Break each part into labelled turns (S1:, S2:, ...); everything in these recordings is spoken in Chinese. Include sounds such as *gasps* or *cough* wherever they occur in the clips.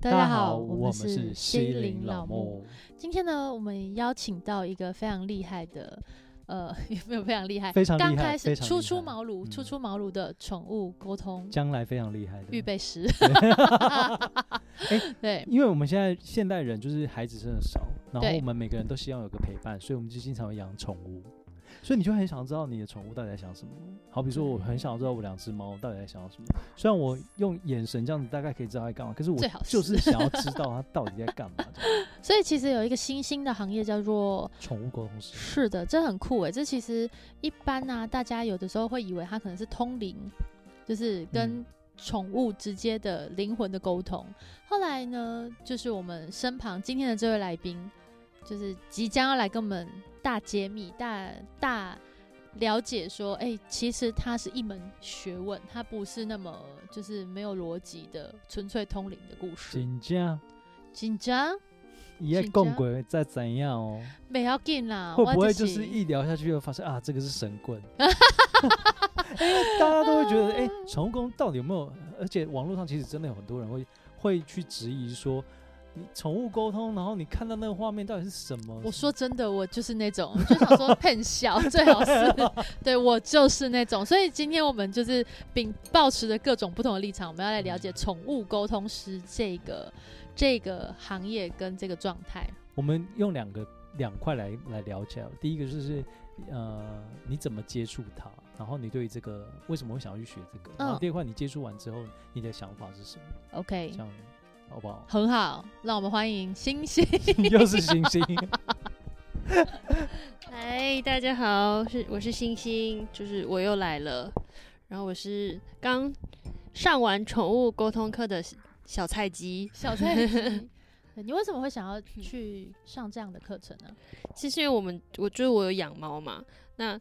S1: 大家好，我们是西林老木。。今天呢，我们邀请到一个非常厉害的，呃， *laughs* 也没有非常厉害，
S2: 非常厉害
S3: 刚开始
S2: 非常厉害
S1: 初出茅庐、
S2: 嗯
S1: 初出茅庐的宠物沟通
S2: 将来非常厉害的
S1: 预。备师。 *laughs*
S2: 哎
S1: 对，
S2: *laughs* 因为我们现在现代人就是孩子真的少，然后
S1: 对
S2: 我们每个人都希望有个陪伴，所以我们就经常会养宠物，所以你就很想知道你的宠物到底在想什么。好比说，我很想知道我两只猫到底在想什么，虽然我用眼神这样子大概可以知道它在干嘛，可是我
S1: 最好是
S2: 就是想要知道它到底在干嘛。这样
S1: 所以其实有一个新兴的行业叫做
S2: 宠物沟通师，
S1: 是的，这很酷诶。欸这其实一般呢、大家有的时候会以为它可能是通灵，就是跟
S2: 嗯
S1: 宠物直接的灵魂的沟通。后来呢，就是我们身旁今天的这位来宾，就是即将要来跟我们大揭秘、大大了解说，哎、其实它是一门学问，它不是那么就是没有逻辑的纯粹通灵的故事。
S2: 请假，
S1: 紧张，
S2: 一夜
S1: 真的
S2: 共轨再怎样哦？
S1: 不要紧啦，
S2: 会不
S1: 啊我
S2: 会
S1: 这
S2: 就是一聊下去就发现啊，这个是神棍？
S1: *laughs*
S2: 因为大家都会觉得，哎、宠物公到底有没有？而且网络上其实真的有很多人会会去质疑说，你宠物沟通，然后你看到那个画面到底是什么？
S1: 我说真的，我就是那种， *laughs* 就想说骗
S2: *laughs*
S1: 笑，最好是，对我就是那种。所以今天我们就是秉保持着各种不同的立场，我们要来了解宠物沟通师这个这个行业跟这个状态。
S2: 我们用两个两块来来了解哦。第一个就是呃，你怎么接触它，然后你对这个为什么会想要去学这个？然后
S1: 嗯
S2: 第二块，你接触完之后，你的想法是什么？
S1: OK，？
S2: 这样好不好 *laughs*
S1: 很好，让我们欢迎星星。
S2: 又是星星，
S4: 嗨，大家好，是我是星星，就是我又来了。然后我是刚上完宠物沟通课的小菜鸡，
S1: *laughs* 小蔡鸡，对你为什么会想要去上这样的课程呢？
S4: 其实因为我们，我就是我有养猫嘛，那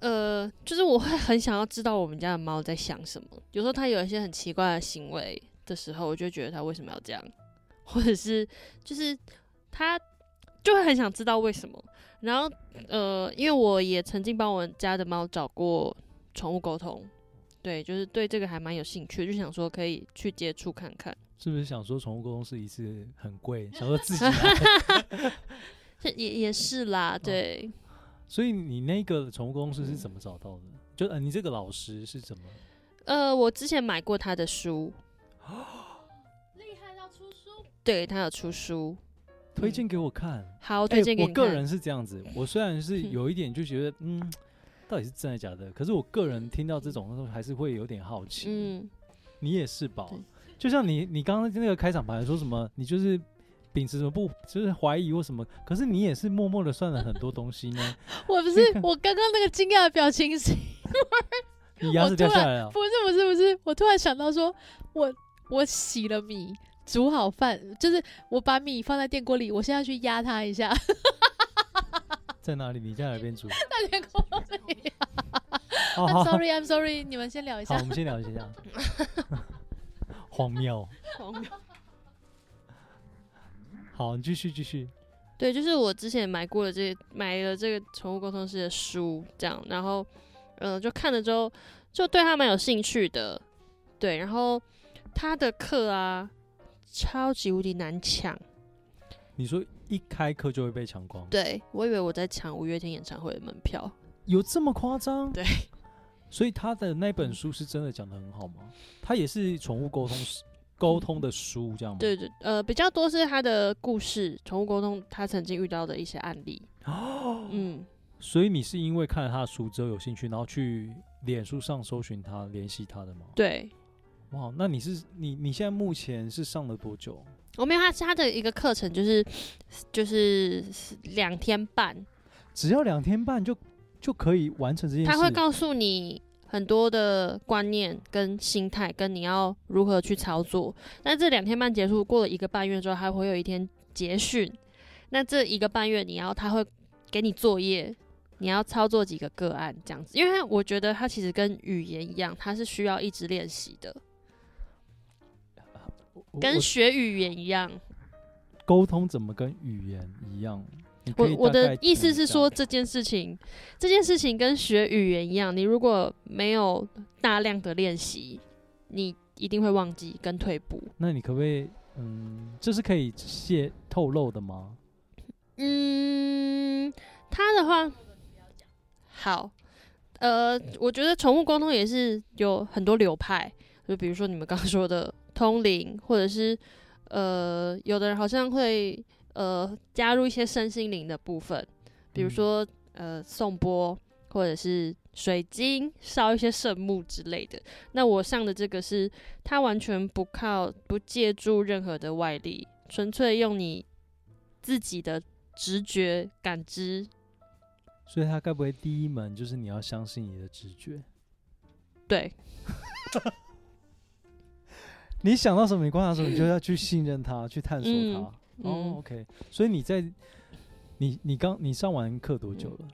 S4: 呃，就是我会很想要知道我们家的猫在想什么。有时候它有一些很奇怪的行为的时候，我就会觉得它为什么要这样，或者是就是它就会很想知道为什么。然后呃，因为我也曾经帮我家的猫找过宠物沟通，对，就是对这个还蛮有兴趣，就想说可以去接触看看。
S2: 是不是想说宠物沟通是一次很贵，想说自
S4: *laughs*
S2: 己来？ *laughs*
S4: 这也也是啦，对。
S2: 所以你那个宠物公司是怎么找到的？就呃，你这个老师是怎么？
S4: 呃，我之前买过他的书，
S1: 厉害到出书， *laughs*
S4: 对他有出书，
S2: 推荐给我看。
S4: 好，
S2: 哎
S4: 推荐给
S2: 我
S4: 你看。
S2: 个人是这样子，我虽然是有一点就觉得，嗯，到底是真的假的？可是我个人听到这种东西还是会有点好奇。
S4: 嗯，
S2: 你也是吧
S4: 对？
S2: 就像你，你刚刚那个开场白说什么，你就是秉持什么不，就是怀疑或什么，可是你也是默默的算了很多东西
S4: *laughs*
S2: 呢。
S1: 我不是我刚刚那个惊讶的表情是
S2: 你牙齿掉下来了，
S1: 不是不是不是，我突然想到说，我我洗了米，煮好饭，就是我把米放在电锅里，我现在去压它一下， *laughs*
S2: 在哪里？你在哪边
S4: *laughs*
S2: 住？
S1: 在电锅里。
S2: 好哦好
S1: I'm
S2: 好
S1: sorry, I'm sorry，你们先聊一
S2: 好，
S1: 下
S2: 我。们先聊一 *laughs* 下。 *laughs* 荒谬。好，你继续继续。
S4: 对，就是我之前买过了这买了这个宠物沟通师的书，这样，然后，呃，就看了之后，就对他蛮有兴趣的，对，然后他的课啊，超级无敌难抢，
S2: 你说一开课就会被抢光，
S4: 对我以为我在抢五月天演唱会的门票，
S2: 有这么夸张？
S4: 对。
S2: 所以他的那本书是真的讲的很好吗？他也是宠物沟通师沟通的书，这样吗？
S4: 对对，呃，比较多是他的故事，宠物沟通他曾经遇到的一些案例，
S2: 哦。
S4: 嗯，
S2: 所以你是因为看了他的书之后有兴趣，然后去脸书上搜寻他、联系他的吗？
S4: 对，
S2: 哇，那你是你你现在目前是上了多久？
S4: 我没有他他的一个课程就是就是两天半，
S2: 只要两天半就就可以完成这件事。
S4: 他会告诉你很多的观念跟心态，跟你要如何去操作。那这两天半结束，过了一个半月之后，他会有一天结训。那这一个半月，你要他会给你作业，你要操作几个个案这样子。因为我觉得它其实跟语言一样，它是需要一直练习的，
S2: 我我
S4: 跟学语言一样。
S2: 沟通怎么跟语言一样？你可
S4: 我
S2: 以
S4: 我
S2: 大
S4: 的
S2: 概
S4: 意思
S2: 讲
S4: 是
S2: 一
S4: 说，
S2: 下，
S4: 这件事情，这件事情跟学语言一样，你如果没有大量的练习，你一定会忘记跟退步。
S2: 那你可不可以嗯，这是可以泄透露的吗？
S4: 嗯，他的话，好，呃，我觉得宠物沟通也是有很多流派，就比如说你们刚刚说的通灵，或者是呃，有的人好像会呃加入一些身心灵的部分，比如
S2: 嗯
S4: 说、呃颂钵，或者是水晶，烧一些圣木之类的。那我上的这个是，它完全不靠不借助任何的外力，纯粹用你自己的直觉感知。
S2: 所以他该不会第一门就是你要相信你的直觉？
S4: 对，
S2: 你想到什么，你观察什么，你就要去信任它，去探索它。
S4: 嗯
S2: 哦
S4: 嗯
S2: ，OK。所以你在你你刚你上完课多久
S4: *laughs*
S2: 了？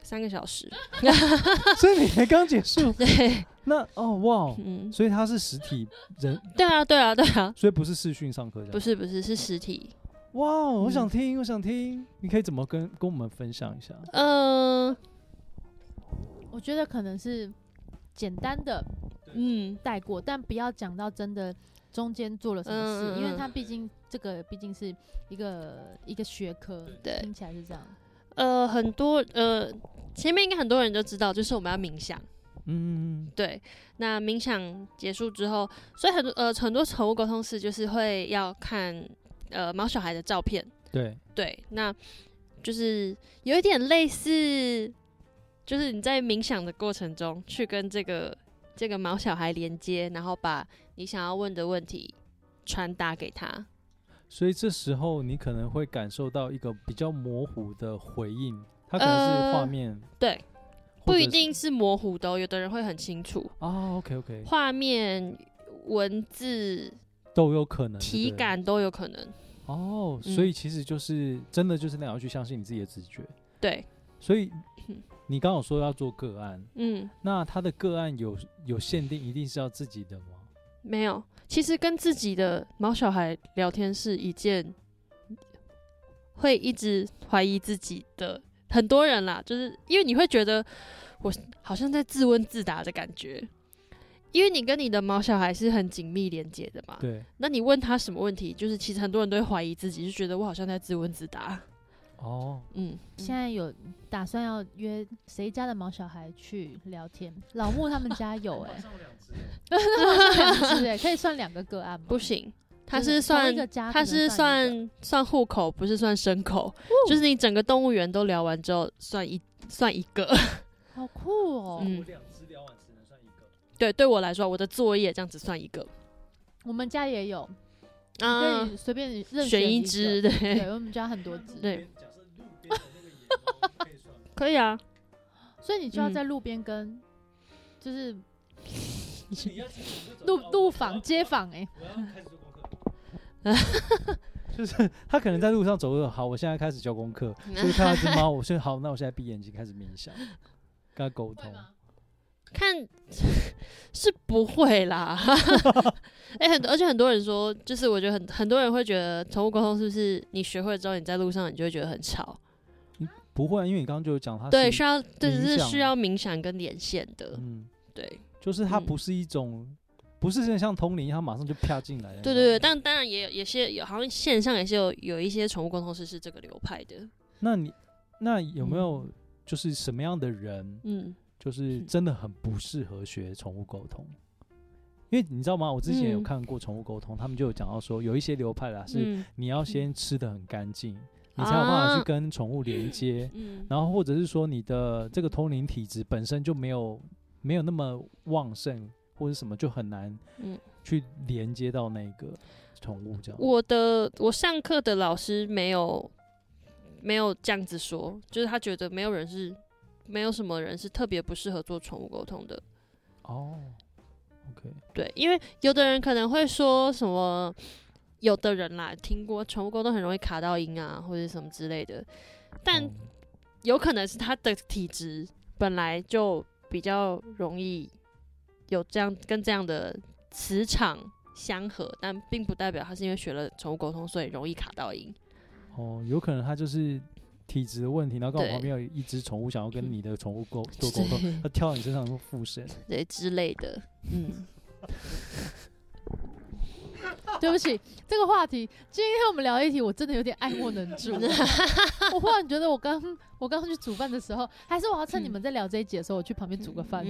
S4: 三个小时。 *laughs*
S2: 所以你才刚结束。
S4: 对，
S2: 那哦
S4: *laughs*
S2: 哇，*laughs*
S4: 嗯，
S2: 所以它是实体人，
S4: 对啊，对啊，对啊，
S2: 所以不是视讯上课这样。
S4: 不是不是是实体。
S2: 哇，哦我
S4: 嗯
S2: 想听，我想听，你可以怎么跟跟我们分享一下？
S4: 嗯
S1: 我觉得可能是简单的
S4: 嗯，
S1: 带过，但不要讲到真的中间做了什么事，
S4: 嗯嗯嗯
S1: 因为它毕竟这个毕竟是一个一个学科，
S4: 对
S1: 听起来是这样。
S4: 呃，很多呃，前面应该很多人都知道，就是我们要冥想。
S2: 嗯，
S4: 对，那冥想结束之后，所以很多呃很多宠物沟通师就是会要看呃毛小孩的照片，
S2: 对，
S4: 对，那就是有一点类似，就是你在冥想的过程中去跟这个这个毛小孩连接，然后把你想要问的问题传达给他。
S2: 所以这时候你可能会感受到一个比较模糊的回应，它可能是画
S4: 呃
S2: 面，
S4: 对，
S2: 或
S4: 不
S2: 者
S4: 一
S2: 是
S4: 定是模糊的哦、有的人会很清楚，
S2: 啊，OK OK，
S4: 画面、文字、
S2: 都有可能
S4: 体。
S2: 对不对
S4: 感都有可能。
S2: 哦，
S4: 嗯
S2: 所以其实就是、真的就是那样要去相信你自己的直觉。
S4: 对，
S2: 所以
S4: 嗯
S2: 你刚刚有说要做个案，
S4: 嗯，
S2: 那他的个案有有限定，一定是要自己的吗？
S4: 没有。其实跟自己的毛小孩聊天是一件会一直怀疑自己的很多人啦，就是因为你会觉得我好像在自问自答的感觉，因为你跟你的毛小孩是很紧密连接的嘛。
S2: 对，
S4: 那你问他什么问题，就是其实很多人都会怀疑自己，就觉得我好像在自问自答。
S2: 哦，
S4: 嗯，
S1: 现在有打算要约谁家的毛小孩去聊天？老穆他们家 *laughs* 有哎、对，可以算两个个案吗？
S4: 不行，他
S1: 就是同
S4: 算
S1: 一个家可
S4: 他
S1: 能
S4: 是
S1: 算一个哦
S4: 算算户口，不是算牲口，就是你整个动物园都聊完之后算一算一个。
S1: 好酷哦、
S4: *laughs* 嗯
S2: 两只聊完只能算一个。
S4: 对，对我来说，我的作业这样子算一个。
S1: 我们家也有，可
S4: 啊，
S1: 以随便任
S4: 选
S1: 一
S4: 一
S1: 个
S4: 只，，对 *laughs*
S1: 对我们家很多只，
S4: 对，
S2: 假设路边的那个野猫可以
S4: *laughs*
S2: 算。
S4: 可
S1: *laughs*
S4: 以啊。
S1: 所以你就要
S4: 嗯
S1: 在路边跟，就是
S2: 路
S1: 路路访街访哎、
S2: 我要开始做功课。就是他可能在路上走路，好，我现在开始交功
S4: *laughs*
S2: 课，就是看到一只猫，我说好，那我现在闭眼睛开始冥想，跟他沟通。
S4: 看 *laughs* 是不会啦， *laughs* 哎、很而且很多人说，就是我觉得很很多人会觉得宠物沟通是不是你学会之后，你在路上你就会觉得很吵？
S2: 不会啊，因为你刚刚就有讲他
S4: 对，
S2: 是
S4: 需要这
S2: 冥
S4: 是
S2: 想
S4: 需要冥想跟连线的，
S2: 嗯，
S4: 对
S2: 就是它
S4: 嗯
S2: 不是一种，不是真的像通灵一样，它马上就啪进来的那种。
S4: 对对对。但当然也有有些有好像线上也是有有一些宠物沟通师是这个流派的，
S2: 那你那有没有
S4: 嗯
S2: 就是什么样的人，
S4: 嗯
S2: 就是
S4: 嗯
S2: 真的很不适合学宠物沟通？因为你知道吗？我之前有
S4: 嗯
S2: 看过宠物沟通，他们就有讲到说，有一些流派啦，是
S4: 嗯
S2: 你要先吃的很干净，你才有办法
S4: 啊
S2: 去跟宠物连接。
S4: 嗯
S2: 然后或者是说你的这个通灵体质本身就没有没有那么旺盛，或者什么就很难
S4: 嗯
S2: 去连接到那个宠物这样。
S4: 我的我上课的老师没有没有这样子说，就是他觉得没有人是没有什么人是特别不适合做宠物沟通的。
S2: 哦，OK，
S4: 对，因为有的人可能会说什么，有的人啦，听过宠物沟通很容易卡到音啊，或者什么之类的，但
S2: 哦
S4: 有可能是他的体质本来就比较容易有这样跟这样的磁场相合，但并不代表他是因为学了宠物沟通所以容易卡到音。
S2: 哦，有可能它就是体质的问题。然后刚好
S4: 对
S2: 旁边有一只宠物想要跟
S4: 嗯
S2: 你的宠物
S4: *laughs*
S2: 沟做沟通，它跳到你身上说附身。
S4: 嗯对之类的，嗯，
S1: *laughs* 对不起，这个话题，今天我们聊一题，我真的有点爱莫能助。我忽然觉得我刚我刚去煮饭的时候，还是我要趁你们在聊这一集的时候，我去旁边煮个饭。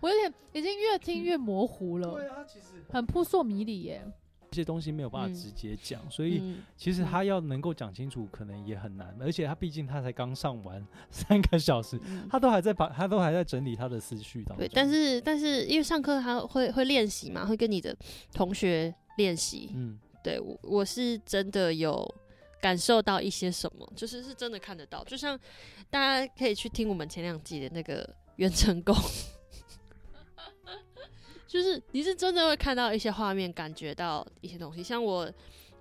S1: 我有点已经越听越模糊了，
S2: 啊，其实
S1: 很扑朔迷离耶。
S2: 这些东西没有办法直接讲，所以
S4: 嗯
S2: 其实他要能够讲清楚，可能也很难。而且他毕竟他才刚上完 *laughs* 三个小时，
S4: 嗯
S2: 他都还在把，他都还在整理他的思绪当中。
S4: 对，但是但是因为上课他会会练习嘛，会跟你的同学练习。
S2: 嗯，
S4: 对我我是真的有感受到一些什么，就是是真的看得到。就像大家可以去听我们前两集的那个元成功， *laughs* 就是你是真的会看到一些画面，感觉到一些东西。像我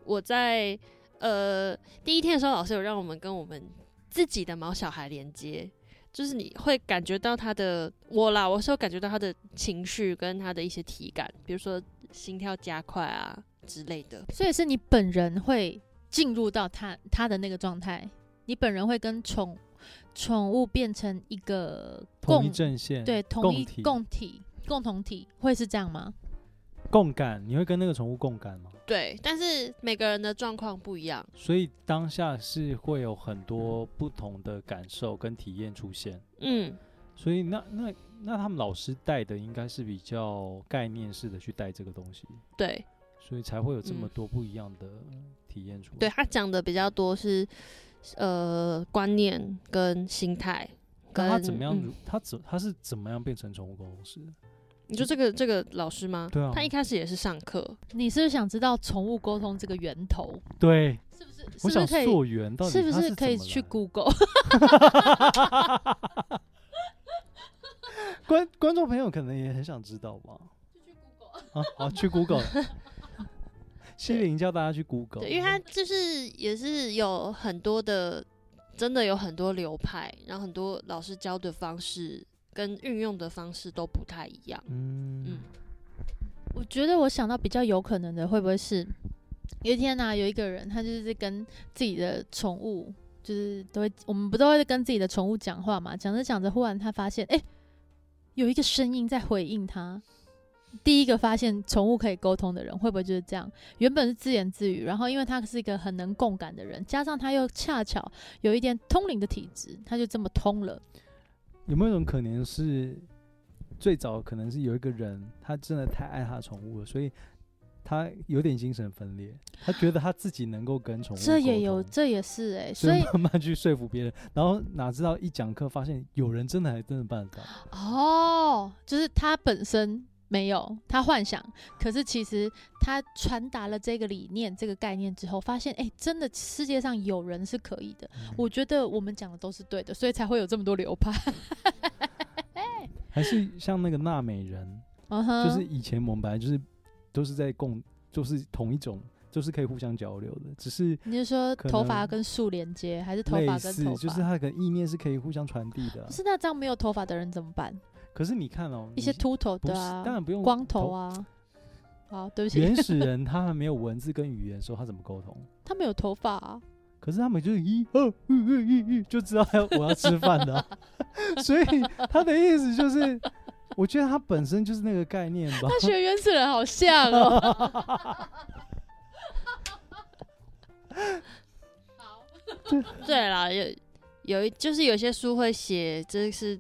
S4: 我在呃第一天的时候，老师有让我们跟我们自己的毛小孩连接。就是你会感觉到他的我啦，我是有感觉到他的情绪跟他的一些体感，比如说心跳加快啊之类的。
S1: 所以是你本人会进入到他他的那个状态，你本人会跟宠宠物变成一个
S2: 同一
S1: 共
S2: 阵线，
S1: 对同一
S2: 共体
S1: 共体共同体，会是这样吗？
S2: 共感，你会跟那个宠物共感吗？
S4: 对，但是每个人的状况不一样。
S2: 所以当下是会有很多不同的感受跟体验出现。
S4: 嗯，
S2: 所以那那那他们老师带的应该是比较概念式的去带这个东西，
S4: 对，
S2: 所以才会有这么
S4: 嗯
S2: 多不一样的体验出来。
S4: 对他讲的比较多是呃观念跟心态，
S2: 那
S4: 跟
S2: 他怎么样
S4: 嗯
S2: 如？他怎他是怎么样变成宠物沟通师的？
S4: 你说这个这个老师吗？
S2: 对啊
S4: 他一开始也是上课，
S1: 你是不是想知道宠物沟通这个源头？
S2: 对，
S1: 是不是？
S2: 我
S1: 是不
S2: 想
S1: 是可以？
S2: 溯源到底
S1: 是不
S2: 他
S1: 是可以
S2: 怎么
S1: 去
S2: 来的
S1: Google？ *laughs*
S2: *laughs* 观观众朋友可能也很想知道吧？啊，好，去 Google 了。西林叫大家去 Google，
S4: 对，因为他就是也是有很多的，真的有很多流派，然后很多老师教的方式跟运用的方式都不太一样。
S2: 嗯
S4: 嗯
S1: 我觉得我想到比较有可能的，会不会是有一天呢、啊有一个人他就是跟自己的宠物，就是都会，我们不都会跟自己的宠物讲话嘛？讲着讲着，忽然他发现，哎、有一个声音在回应他。第一个发现宠物可以沟通的人，会不会就是这样？原本是自言自语，然后因为他是一个很能共感的人，加上他又恰巧有一点通灵的体质，他就这么通了。
S2: 有没有一种可能是最早可能是有一个人，他真的太爱他的宠物了，所以他有点精神分裂，他觉得他自己能够跟宠物
S1: 这也
S2: 沟
S1: 有，
S2: 通
S1: 这也是哎、
S2: 所
S1: 所以
S2: 慢慢去说服别人，然后哪知道一讲课发现有人真的还真的办得到，
S1: 哦，就是他本身没有，他幻想，可是其实他传达了这个理念、这个概念之后，发现哎、诶真的世界上有人是可以的。
S2: 嗯
S1: 我觉得我们讲的都是对的，所以才会有这么多流派。
S2: 还是像那个纳美人，
S1: 嗯哼，
S2: 就是以前我们本来就是都是在共，就是同一种，就是可以互相交流的，只是
S1: 你是说
S2: 可
S1: 头发
S2: 能
S1: 跟树连接，还是头
S2: 类
S1: 发跟
S2: 似
S1: 头发？
S2: 就是他的意念是可以互相传递的啊、
S1: 不是那这样没有头发的人怎么办？
S2: 可是你看哦，
S1: 一些
S2: 你
S1: 秃头
S2: 不
S1: 的
S2: 是
S1: 啊，
S2: 当然不用
S1: 光头。啊。好，对不起，
S2: 原始人他还没有文字跟语言的时候，他怎么沟通？
S1: 他没有头发啊。
S2: 可是他们就是一二嗯嗯嗯嗯，就知道要我要吃饭的啊、 *laughs* 所以他的意思就是，我觉得他本身就是那个概念吧。
S1: 他学原始人好像
S2: *laughs*
S1: 哦。 *laughs* 好，
S4: 对啦，有有一就是有些书会写这是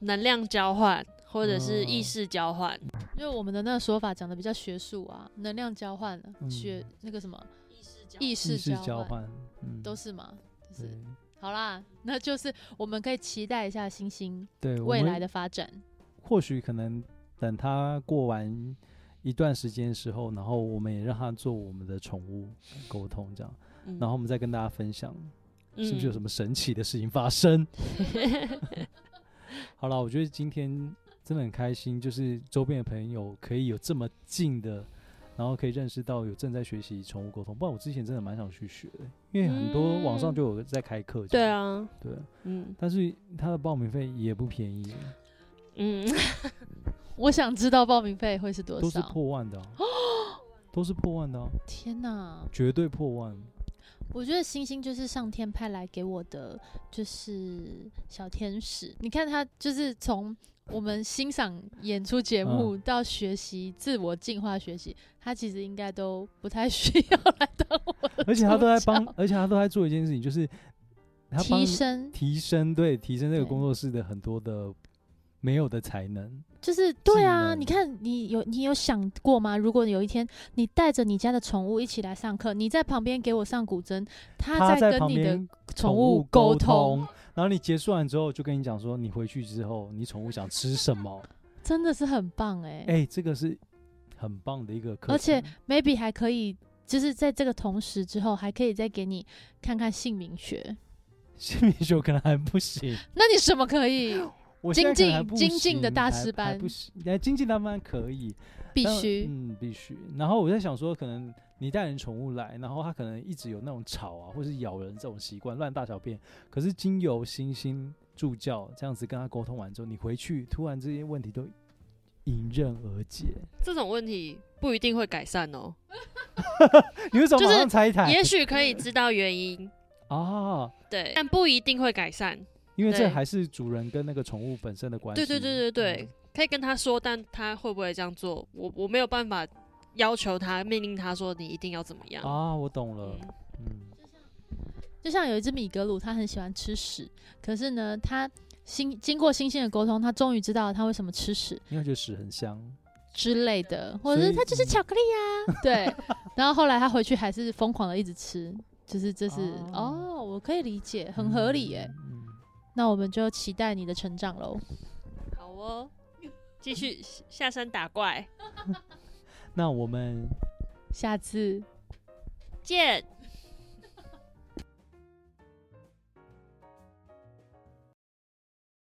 S4: 能量交换或者是意
S2: 哦
S4: 识交换，
S1: 因为我们的那个说法讲的比较学术啊，能量交换、啊
S2: 嗯
S1: 学那个什么意
S2: 意
S1: 识
S2: 识交
S1: 换，
S2: 换，嗯，
S1: 都是嘛，就是
S2: 对
S1: 好啦，那就是我们可以期待一下星星
S2: 对
S1: 未来。
S2: 我们
S1: 的发展。
S2: 或许可能等他过完一段时间的时候，然后我们也让他做我们的宠物沟通，这样，
S4: 嗯
S2: 然后我们再跟大家分享是不是有什
S4: 么？
S2: 么神奇的事情发
S4: *laughs*
S2: 生？好了，我觉得今天真的很开心，就是周边的朋友可以有这么近的，然后可以认识到有正在学习宠物沟通。不然我之前真的蛮想去学的，因为很多网上
S4: 嗯
S2: 就有在开课。
S4: 对，啊，
S2: 对，
S4: 嗯
S2: 但是它的报名费也不便宜，
S4: 嗯，
S1: 我想知道报名费会是多
S2: 都是
S1: 少？
S2: 破
S1: *gasps*
S2: 万的啊、都是破万的啊、
S1: 天哪！
S2: 绝对破万。
S1: *laughs* 我觉得星星就是上天派来给我的，就是小天使。你看他就是从我们欣赏演出节目
S2: 嗯
S1: 到学习自我进化学习，他其实应该都不太需要来当我的
S2: 而且他
S1: 助
S2: 都在
S1: 教
S2: 帮，而且他都在做一件事情，就是他帮
S1: 提升，
S2: 提升对提升这个
S1: 对
S2: 工作室的很多的没有的才能。
S1: 就是对
S2: 技
S1: 啊，
S2: 能
S1: 你看，你有你有想过吗？如果有一天你带着你家的宠物一起来上课，你在旁边给我上古筝，
S2: 他
S1: 在
S2: 在
S1: 跟
S2: 旁
S1: 你的
S2: 边
S1: 宠
S2: 物
S1: 物
S2: 沟
S1: 沟
S2: 通，然后你结束完之后就跟你讲说，你回去之后你宠物想吃
S1: *laughs*
S2: 什么？
S1: 真的是很棒哎、
S2: 哎、这个是很棒的一个课程，
S1: 而且 maybe 还可以，就是在这个同时之后，还可以再给你看看姓名学。
S2: 心理学可能还不行，
S1: *laughs* 那你什么可
S2: *laughs*
S1: 以？
S2: 我现在可能还
S1: 精
S2: 不
S1: 进精进
S2: 行
S1: 的大
S2: 还
S1: 师
S2: 还
S1: 班
S2: 不行，哎，精进大班可以，
S1: 必
S2: 但
S1: 须
S2: 嗯，必须。然后我在想说，可能你带人宠物来，然后它可能一直有那种吵啊，或是咬人这种习惯，乱大小便。可是经由星星助教这样子跟他沟通完之后，你回去突然这些问题都迎刃而解，
S4: 这种问题不一定会改善哦，
S2: 你为什么
S4: 就
S2: 马
S4: 是
S2: 上拆台、
S4: 也许可以知道原因，
S2: 啊？
S4: 对，但不一定会改善。
S2: 因为这
S4: 对
S2: 还是主人跟那个宠物本身的关系。嗯
S4: 对对对对对，可以跟他说，但他会不会这样做，我我没有办法要求他，命令他说你一定要怎么样
S2: 嗯。啊，我懂了
S4: 嗯，
S2: 嗯，
S1: 就像有一只米格鲁，它很喜欢吃屎，可是呢，它星经过星星的沟通，它终于知道它为什么吃屎
S2: 因为觉得屎很香，
S1: 之类的，或者
S2: 所
S1: 是
S2: 以嗯
S1: 它就是巧克力呀、对。 *laughs* 然后后来它回去还是疯狂的一直吃，就是这是
S2: 哦
S1: 哦我可以理解，很合理耶、
S2: 嗯。嗯
S1: 那我们就期待你的成长喽。
S4: 好哦，继续下山打怪，
S2: 那我们
S1: 下次
S4: 见。